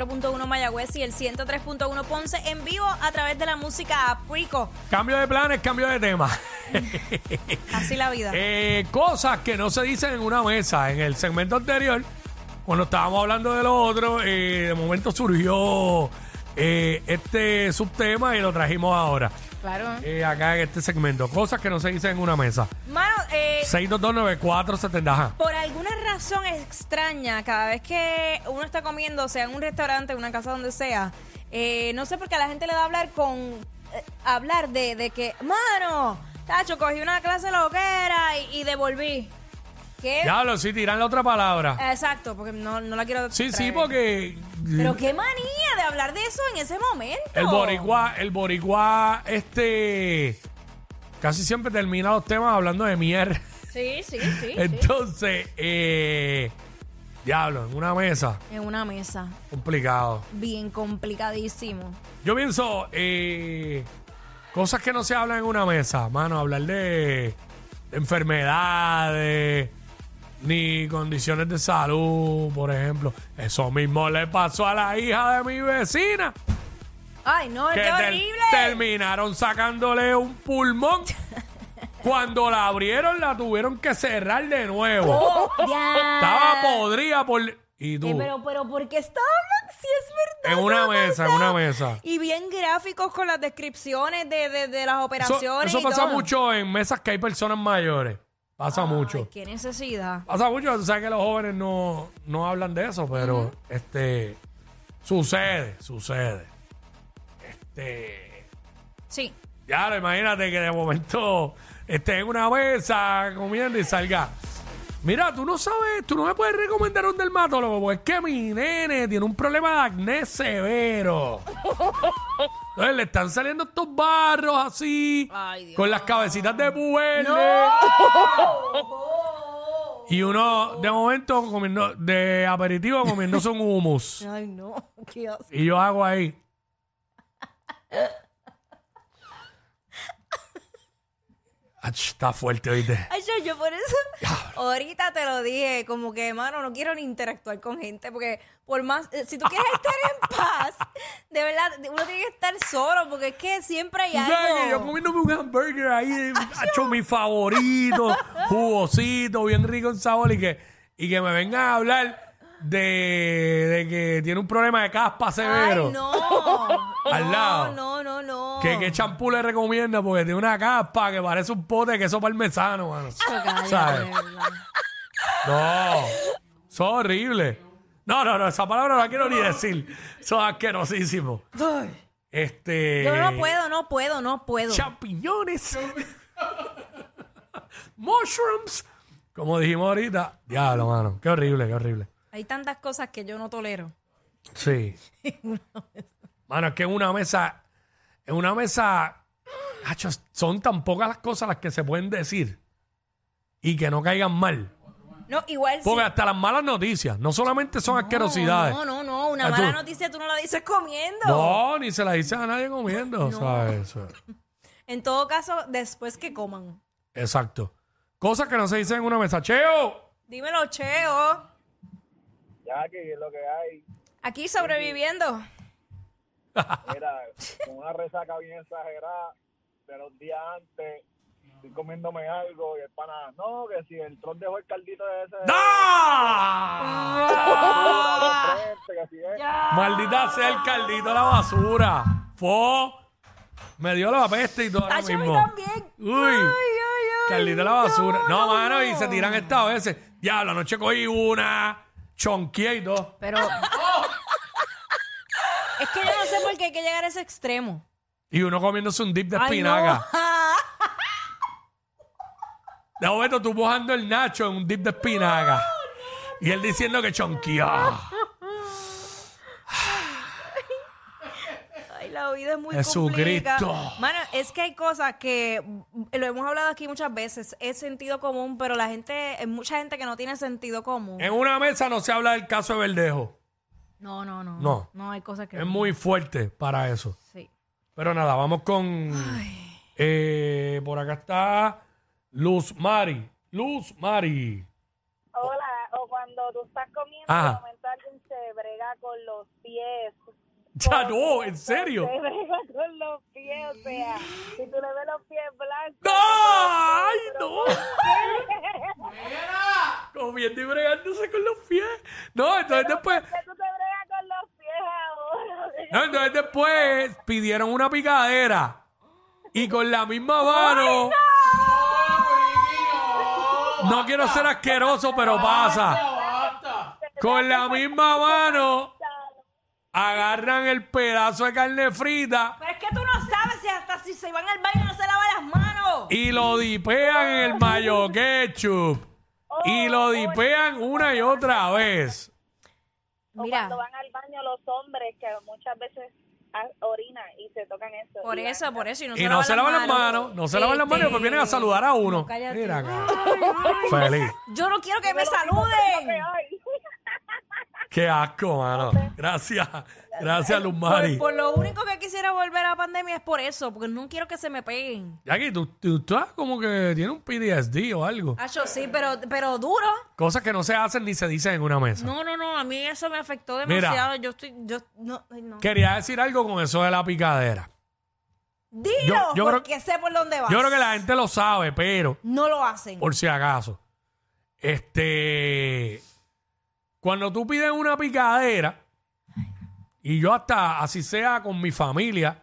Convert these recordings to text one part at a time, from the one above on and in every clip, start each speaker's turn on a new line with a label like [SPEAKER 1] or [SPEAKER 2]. [SPEAKER 1] 4.1 Mayagüez y el 103.1 Ponce en vivo a través de la música Aprico.
[SPEAKER 2] Cambio de planes, cambio de tema.
[SPEAKER 1] Así la vida.
[SPEAKER 2] Eh, cosas que no se dicen en una mesa. En el segmento anterior, cuando estábamos hablando de lo otro, eh, de momento surgió eh, este subtema y lo trajimos ahora.
[SPEAKER 3] Claro.
[SPEAKER 2] eh, acá en este segmento. Cosas que no se dicen en una mesa.
[SPEAKER 1] Mano, eh,
[SPEAKER 2] 6229470. Ajá.
[SPEAKER 1] por alguna razón extraña, cada vez que uno está comiendo, sea en un restaurante, en una casa donde sea, eh, no sé por qué a la gente le da a hablar con. eh, hablar de, de que, mano, Tacho, cogí una clase loquera y, y devolví. ¿Qué?
[SPEAKER 2] Diablo, sí, tiran la otra palabra.
[SPEAKER 1] Exacto, porque no, no la quiero.
[SPEAKER 2] Sí, sí,
[SPEAKER 1] traer.
[SPEAKER 2] porque
[SPEAKER 1] Pero qué manía de hablar de eso en ese momento.
[SPEAKER 2] el boricua, el boricua, este, casi siempre termina los temas hablando de mierda.
[SPEAKER 1] Sí, sí, sí. sí.
[SPEAKER 2] Entonces, eh, diablo, en una mesa,
[SPEAKER 1] En una mesa.
[SPEAKER 2] complicado.
[SPEAKER 1] bien complicadísimo.
[SPEAKER 2] Yo pienso, eh, cosas que no se hablan en una mesa, mano, hablar de, de enfermedades, ni condiciones de salud, por ejemplo. Eso mismo le pasó a la hija de mi vecina.
[SPEAKER 1] Ay, no,
[SPEAKER 2] que
[SPEAKER 1] qué
[SPEAKER 2] ter-
[SPEAKER 1] horrible.
[SPEAKER 2] terminaron sacándole un pulmón. Cuando la abrieron, la tuvieron que cerrar de nuevo.
[SPEAKER 1] Ya.
[SPEAKER 2] Estaba podrida por... Y tú,
[SPEAKER 1] Eh, Oh, pero, pero, ¿por qué estaba hablando? Si es verdad.
[SPEAKER 2] en una
[SPEAKER 1] eso me
[SPEAKER 2] mesa, en
[SPEAKER 1] pasaba.
[SPEAKER 2] una mesa.
[SPEAKER 1] Y bien gráficos con las descripciones de, de, de las
[SPEAKER 2] Eso,
[SPEAKER 1] operaciones.
[SPEAKER 2] eso
[SPEAKER 1] y
[SPEAKER 2] pasa
[SPEAKER 1] todo.
[SPEAKER 2] mucho en mesas que hay personas mayores. Pasa
[SPEAKER 1] Ay,
[SPEAKER 2] mucho.
[SPEAKER 1] qué necesidad.
[SPEAKER 2] Pasa mucho. Tú sabes que los jóvenes no, no hablan de eso, pero este sucede, sucede. Este.
[SPEAKER 1] Sí.
[SPEAKER 2] Ya, ahora imagínate que de momento esté en una mesa comiendo y salga. Mira, tú no sabes, tú no me puedes recomendar un dermatólogo, porque es que mi nene tiene un problema de acné severo. Entonces le están saliendo estos barros así,
[SPEAKER 1] Ay, Dios.
[SPEAKER 2] con las cabecitas de puerle. Y uno, de momento, comiendo, de aperitivo, comiéndose un hummus.
[SPEAKER 1] Ay, no. Qué asco.
[SPEAKER 2] Y yo hago ahí. Ach, Está fuerte, oíste.
[SPEAKER 1] Ay, yo, yo por eso. Ahorita te lo dije, como que, hermano, no quiero ni interactuar con gente, porque por más. eh, si tú quieres estar en paz, de verdad, uno tiene que estar solo, porque es que siempre hay
[SPEAKER 2] Tú sabes que Yo
[SPEAKER 1] algo.
[SPEAKER 2] comiéndome un hamburger ahí, hecho mi favorito, jugosito, bien rico en sabor, y que, y que me vengan a hablar de, de que tiene un problema de caspa severo.
[SPEAKER 1] Ay, no.
[SPEAKER 2] Al
[SPEAKER 1] no,
[SPEAKER 2] lado.
[SPEAKER 1] No, no, no.
[SPEAKER 2] Que qué champú le recomienda porque tiene una caspa que parece un pote de queso parmesano, mano.
[SPEAKER 1] Chocada,
[SPEAKER 2] ¿Sabes?
[SPEAKER 1] de verdad.
[SPEAKER 2] No, eso es horrible. No, no, no, esa palabra no la quiero ni decir. Eso es asquerosísimo. Este.
[SPEAKER 1] Yo no puedo, no puedo, no puedo.
[SPEAKER 2] Champiñones. Mushrooms. Como dijimos ahorita. Diablo, mano. Qué horrible, qué horrible.
[SPEAKER 1] Hay tantas cosas que yo no tolero.
[SPEAKER 2] Sí. Mano, es que en una mesa. En una mesa. Hacho, son tan pocas las cosas las que se pueden decir. Y que no caigan mal.
[SPEAKER 1] No, igual sí.
[SPEAKER 2] Porque hasta las malas noticias. No solamente son asquerosidades.
[SPEAKER 1] No, no, no. Una
[SPEAKER 2] Ah, tú.
[SPEAKER 1] mala noticia tú no la dices comiendo.
[SPEAKER 2] No, ni se la dices a nadie comiendo, ¿sabes?
[SPEAKER 1] En todo caso, después que coman.
[SPEAKER 2] Exacto. Cosas que no se dicen en una mesa. ¡Cheo!
[SPEAKER 1] Dímelo, Cheo.
[SPEAKER 4] Ya que es lo que hay,
[SPEAKER 1] Aquí sobreviviendo.
[SPEAKER 4] era con una resaca bien exagerada de los días antes, estoy comiéndome algo y el pana, no, que si el tron dejó el caldito de ese
[SPEAKER 2] ¡No!
[SPEAKER 4] de frente, que si es,
[SPEAKER 2] Maldita sea el caldito a la basura. Po. Me dio la peste y todo ahora
[SPEAKER 1] Tacho, a mí
[SPEAKER 2] mismo.
[SPEAKER 1] también.
[SPEAKER 2] Uy.
[SPEAKER 1] Ay, ay, ay,
[SPEAKER 2] Carlito la
[SPEAKER 1] no,
[SPEAKER 2] basura. No,
[SPEAKER 1] no,
[SPEAKER 2] mano, y
[SPEAKER 1] no.
[SPEAKER 2] se tiran esta a veces. Diablo, anoche cogí una, chonqué y dos.
[SPEAKER 1] Pero. es que yo no sé por qué hay que llegar a ese extremo.
[SPEAKER 2] Y uno comiéndose un dip de
[SPEAKER 1] Ay, no.
[SPEAKER 2] espinaca. De momento tú mojando el Nacho en un dip de espinaca. Y él diciendo que chonquía.
[SPEAKER 1] Ay, la vida es muy
[SPEAKER 2] Jesucristo.
[SPEAKER 1] complicada. Mano, es que hay cosas que mm, lo hemos hablado aquí muchas veces. Es sentido común, pero la gente, hay mucha gente que no tiene sentido común.
[SPEAKER 2] En una mesa no se habla del caso de Verdejo.
[SPEAKER 1] No, no, no.
[SPEAKER 2] No.
[SPEAKER 1] No hay cosas que.
[SPEAKER 2] Es muy fuerte para eso.
[SPEAKER 1] Sí.
[SPEAKER 2] Pero nada, vamos con. eh, por acá está Luz Mari. Luz Mari.
[SPEAKER 3] Hola, o cuando tú estás comiendo,
[SPEAKER 2] Ajá.
[SPEAKER 3] de momento alguien se brega con los pies.
[SPEAKER 2] Ya no, en serio.
[SPEAKER 3] Se brega con los pies, o sea, si tú le ves los pies blancos.
[SPEAKER 2] ¡No! ¡Ay, no! Comiendo y bregándose con los pies. No, entonces después.
[SPEAKER 3] Que tú te bregas con los pies ahora.
[SPEAKER 2] No, entonces después pidieron una picadera. Y con la misma mano. No quiero ser asqueroso, pero pasa. Con la misma mano agarran el pedazo de carne frita
[SPEAKER 1] Pero es que tú no sabes si hasta si se van al baño no se lavan las manos.
[SPEAKER 2] y lo dipean en el mayo ketchup.
[SPEAKER 3] oh,
[SPEAKER 2] Y lo dipean una y otra vez.
[SPEAKER 3] O
[SPEAKER 1] Mira.
[SPEAKER 3] cuando van al baño los hombres, que muchas veces ah, orinan y se tocan eso.
[SPEAKER 1] Por
[SPEAKER 3] Y
[SPEAKER 1] eso, por eso. Y no,
[SPEAKER 2] Y no se lavan las manos, no se lavan las manos, pues
[SPEAKER 1] Este,
[SPEAKER 2] vienen a saludar a uno.
[SPEAKER 1] cállate.
[SPEAKER 2] Mira acá. Feliz.
[SPEAKER 1] Yo no quiero que me
[SPEAKER 3] van-
[SPEAKER 1] saluden.
[SPEAKER 3] Ay,
[SPEAKER 2] Qué asco, mano. Gracias. Gracias, Luz Mari.
[SPEAKER 1] Pues, Por, por lo único que quisiera volver a la pandemia es por eso, porque no quiero que se me peguen.
[SPEAKER 2] Jackie, tú, tú estás como que tiene un PTSD o algo.
[SPEAKER 1] Acho, sí, pero, pero duro.
[SPEAKER 2] Cosas que no se hacen ni se dicen en una mesa.
[SPEAKER 1] No, no, no, a mí eso me afectó
[SPEAKER 2] Mira.
[SPEAKER 1] demasiado. Yo estoy, yo, no, ay, no.
[SPEAKER 2] Quería decir algo con eso de la picadera.
[SPEAKER 1] Dilo,
[SPEAKER 2] Yo- yo creo-
[SPEAKER 1] porque sé por dónde vas.
[SPEAKER 2] Yo creo que la gente lo sabe, pero
[SPEAKER 1] No lo hacen.
[SPEAKER 2] por si acaso. Este. Cuando tú pides una picadera, y yo hasta así sea con mi familia,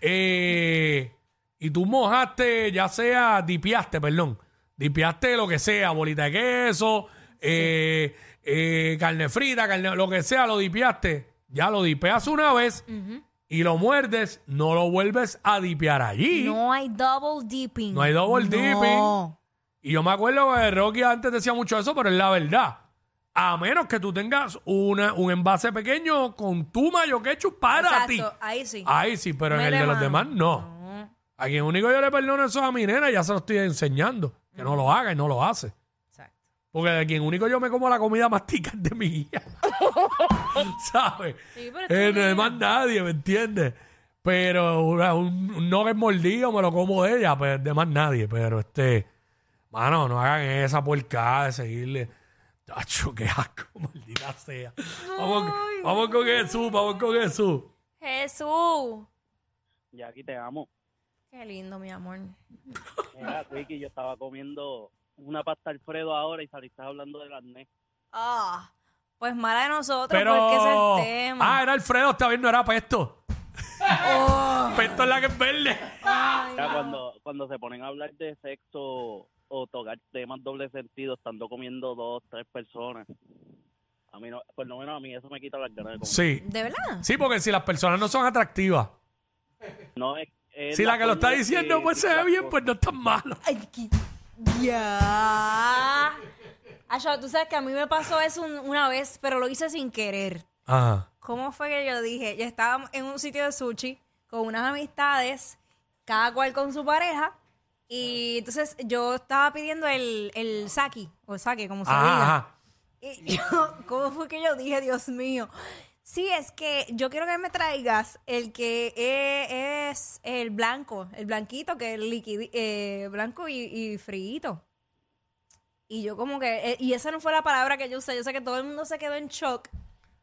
[SPEAKER 2] eh, y tú mojaste, ya sea, dipiaste, perdón, dipiaste lo que sea, bolita de queso, eh, eh, carne frita, carne, lo que sea, lo dipiaste, ya lo dipeas una vez y lo muerdes, no lo vuelves a dipear allí.
[SPEAKER 1] No hay double dipping.
[SPEAKER 2] No hay double
[SPEAKER 1] No.
[SPEAKER 2] Y yo me acuerdo que Rocky antes decía mucho eso, pero es la verdad. A menos que tú tengas una, un envase pequeño con tu mayo ketchup para ti.
[SPEAKER 1] Exacto, ahí sí.
[SPEAKER 2] Ahí sí, pero en el
[SPEAKER 1] Mete
[SPEAKER 2] de los
[SPEAKER 1] mano.
[SPEAKER 2] demás no. A quien único yo le perdono eso es a mi nena, ya se lo estoy enseñando. Que no lo haga y no lo hace.
[SPEAKER 1] Exacto.
[SPEAKER 2] Porque de quien único yo me como la comida masticante de mi hija. ¿Sabes?
[SPEAKER 1] Sí, pero es
[SPEAKER 2] Eh,
[SPEAKER 1] tu
[SPEAKER 2] no
[SPEAKER 1] nena.
[SPEAKER 2] es más nadie, ¿me entiendes? Pero una- un, un nugget mordido me lo como de ella, pero de más nadie. Pero este, mano, no hagan esa porcada de seguirle. Tacho, qué asco, maldita sea. Vamos, vamos con Jesús, vamos con Jesús.
[SPEAKER 1] Jesús.
[SPEAKER 5] Ya aquí te amo.
[SPEAKER 1] Qué lindo, mi amor.
[SPEAKER 5] Mira, Quiki, yo estaba comiendo una pasta Alfredo ahora y saliste hablando del acné.
[SPEAKER 1] Ah, pues mala de nosotros, porque ese es
[SPEAKER 2] Pero.
[SPEAKER 1] el tema.
[SPEAKER 2] Ah, era Alfredo, está bien, no era Pesto.
[SPEAKER 1] Oh.
[SPEAKER 2] Pesto es la que es verde.
[SPEAKER 5] Ya cuando, cuando se ponen a hablar de sexo o tocar temas doble sentido, estando comiendo dos, tres personas. A mí no, por lo menos a mí eso me quita las ganas de comer.
[SPEAKER 2] Sí.
[SPEAKER 1] ¿De verdad?
[SPEAKER 2] Sí, porque si las personas no son atractivas,
[SPEAKER 5] No, es, es
[SPEAKER 2] si la que lo está
[SPEAKER 5] forma
[SPEAKER 2] diciendo
[SPEAKER 5] que-
[SPEAKER 2] pues se ve bien, pues no es tan malo.
[SPEAKER 1] Ay, qué- Ya. Acho, Ah, tú sabes que a mí me pasó eso un- una vez, pero lo hice sin querer.
[SPEAKER 2] Ajá.
[SPEAKER 1] ¿Cómo fue que yo dije? Yo estaba en un sitio de sushi con unas amistades, cada cual con su pareja, y entonces yo estaba pidiendo el, el sake, o sake, como se
[SPEAKER 2] Ajá,
[SPEAKER 1] diga.
[SPEAKER 2] ajá.
[SPEAKER 1] Y yo, ¿cómo fue que yo dije, Dios mío? Sí, es que yo quiero que me traigas el que eh, es el blanco, el blanquito, que es liquidi- eh, blanco y, y frito. Y yo como que, eh, y esa no fue la palabra que yo usé, yo sé que todo el mundo se quedó en shock,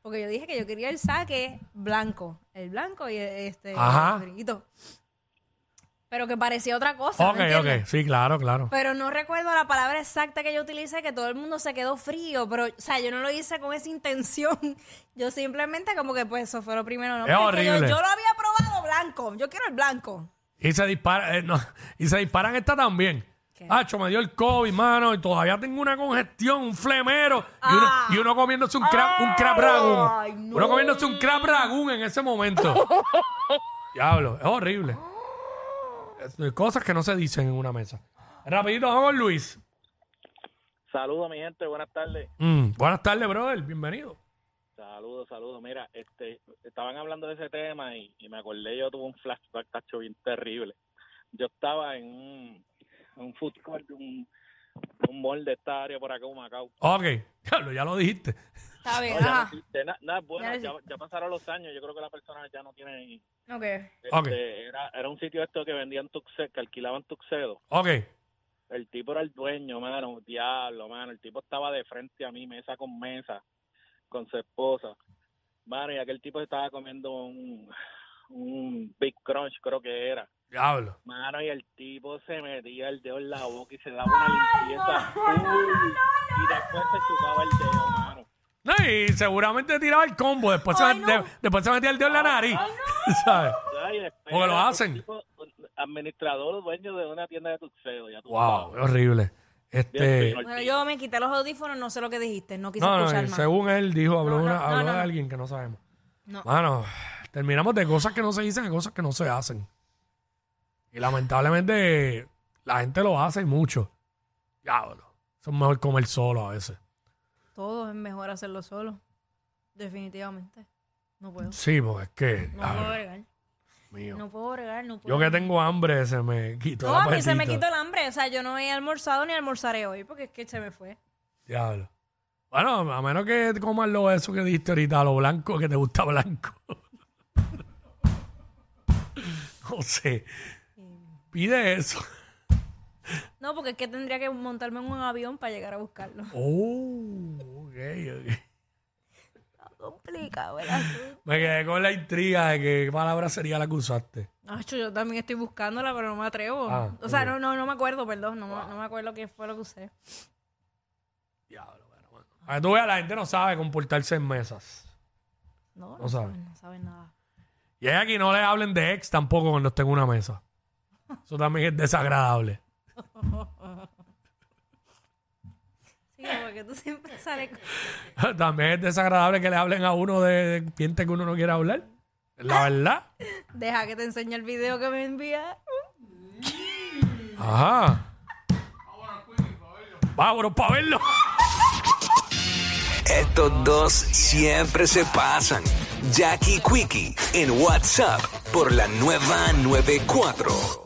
[SPEAKER 1] porque yo dije que yo quería el saque blanco, el blanco y eh, este
[SPEAKER 2] Ajá.
[SPEAKER 1] frito. Pero que parecía otra cosa. ¿me
[SPEAKER 2] Ok,
[SPEAKER 1] entiendes?
[SPEAKER 2] ok. Sí, claro, claro.
[SPEAKER 1] Pero no recuerdo la palabra exacta que yo utilicé, que todo el mundo se quedó frío, pero, o sea, yo no lo hice con esa intención. Yo simplemente como que, pues, eso fue lo primero. ¿no?
[SPEAKER 2] Es
[SPEAKER 1] Porque yo-
[SPEAKER 2] horrible.
[SPEAKER 1] Yo, lo había probado blanco. Yo quiero el blanco.
[SPEAKER 2] Y se dispara, eh, no, y se disparan esta también.
[SPEAKER 1] ¿Qué?
[SPEAKER 2] Hacho, me dio el COVID, mano, y todavía tengo una congestión, un flemero, y, uno,
[SPEAKER 1] Ah.
[SPEAKER 2] y uno comiéndose un crab, un crab ragún.
[SPEAKER 1] Ay, no.
[SPEAKER 2] Uno comiéndose un crab ragún en ese momento. Diablo, es horrible. Es- hay Cosas que no se dicen en una mesa. Rapidito, vamos con Luis.
[SPEAKER 5] Saludos, mi gente, buenas tardes.
[SPEAKER 2] Mm, buenas tardes, brother, bienvenido.
[SPEAKER 5] Saludos, saludos. Mira, este, estaban hablando de ese tema y, y me acordé, yo tuve un flashback, tacho, bien terrible. Yo estaba en un, en un food court, de un, de un mall de esta área por acá, Humacao.
[SPEAKER 2] Ok, diablo, ya lo dijiste.
[SPEAKER 1] Está bien,
[SPEAKER 5] No, ya
[SPEAKER 1] ajá.
[SPEAKER 5] no existe, na- nada es bueno,
[SPEAKER 1] Ya no
[SPEAKER 5] ya, ya pasaron los años, yo creo que la persona ya no tiene...
[SPEAKER 1] Ok.
[SPEAKER 5] este,
[SPEAKER 2] Ok.
[SPEAKER 5] era, era un sitio esto que vendían tuxedos, que alquilaban tuxedos.
[SPEAKER 2] Ok,
[SPEAKER 5] El tipo era el dueño, mano, diablo, mano. El tipo estaba de frente a mí, mesa con mesa, con su esposa. Mano, y aquel tipo se estaba comiendo un, un Big Crunch, creo que era.
[SPEAKER 2] diablo.
[SPEAKER 5] Mano, y el tipo se metía el dedo en la boca y se daba una limpieza. Uy, y después se chupaba el dedo, mano.
[SPEAKER 2] No, y seguramente tiraba el combo, después, se,
[SPEAKER 1] Ay,
[SPEAKER 2] met-
[SPEAKER 1] no.
[SPEAKER 2] de- después se metía el dedo en la nariz. ¿Sabes?
[SPEAKER 5] Ay, después
[SPEAKER 2] Porque lo
[SPEAKER 5] era un
[SPEAKER 2] hacen.
[SPEAKER 5] tipo- un administrador o dueño de una tienda de tuxedo, ya tú
[SPEAKER 2] Wow,
[SPEAKER 5] sabes.
[SPEAKER 2] es horrible.
[SPEAKER 5] Bien
[SPEAKER 2] Este,
[SPEAKER 5] fino el
[SPEAKER 1] Bueno,
[SPEAKER 5] tipo.
[SPEAKER 1] yo me quité los audífonos, no sé lo que dijiste, no quise
[SPEAKER 2] no, no,
[SPEAKER 1] escuchar más.
[SPEAKER 2] según él dijo, habló,
[SPEAKER 1] No, no,
[SPEAKER 2] una-
[SPEAKER 1] no,
[SPEAKER 2] habló
[SPEAKER 1] no,
[SPEAKER 2] de
[SPEAKER 1] no.
[SPEAKER 2] alguien que no sabemos.
[SPEAKER 1] No.
[SPEAKER 2] Mano, terminamos de cosas que no se dicen a cosas que no se hacen. Y lamentablemente la gente lo hace y mucho. Diablo. Eso es mejor comer solo a veces.
[SPEAKER 1] Todo es mejor hacerlo solo. Definitivamente. No puedo.
[SPEAKER 2] Sí, porque es que.
[SPEAKER 1] No
[SPEAKER 2] diablo
[SPEAKER 1] puedo bregar.
[SPEAKER 2] mío.
[SPEAKER 1] No puedo bregar, no puedo.
[SPEAKER 2] Ah, Yo que tengo hambre se me quitó.
[SPEAKER 1] No,
[SPEAKER 2] el
[SPEAKER 1] a mí se me
[SPEAKER 2] apetito.
[SPEAKER 1] quitó el hambre. O sea, yo no he almorzado ni almorzaré hoy porque es que se me fue.
[SPEAKER 2] Diablo. Bueno, a menos que comas lo eso que dijiste ahorita, lo blanco, que te gusta blanco. no sé. Pide eso.
[SPEAKER 1] No, porque es que tendría que montarme en un avión para llegar a buscarlo.
[SPEAKER 2] Oh, ok, ok.
[SPEAKER 1] Está complicado el asunto.
[SPEAKER 2] Me quedé con la intriga de que qué palabra sería la que usaste.
[SPEAKER 1] Nacho, yo también estoy buscándola, pero no me atrevo.
[SPEAKER 2] Ah,
[SPEAKER 1] o sea,
[SPEAKER 2] ok.
[SPEAKER 1] no, no, no me acuerdo, perdón. No, me- no me acuerdo qué fue lo que usé.
[SPEAKER 2] Diablo, bueno, bueno. A tú veas, la gente no sabe comportarse en mesas.
[SPEAKER 1] No, no,
[SPEAKER 2] No sabe.
[SPEAKER 1] saben, no saben nada.
[SPEAKER 2] Y es aquí no le hablen de ex tampoco cuando estén en una mesa. Eso también es desagradable.
[SPEAKER 1] Sí, porque tú siempre sales con...
[SPEAKER 2] también es desagradable que le hablen a uno de, de gente que uno no quiere hablar. La verdad.
[SPEAKER 1] Deja que te enseñe el video que me envía.
[SPEAKER 2] Ajá. Vámonos para verlo.
[SPEAKER 6] Estos dos siempre se pasan. Jackie Quickie en WhatsApp por la nueva 94.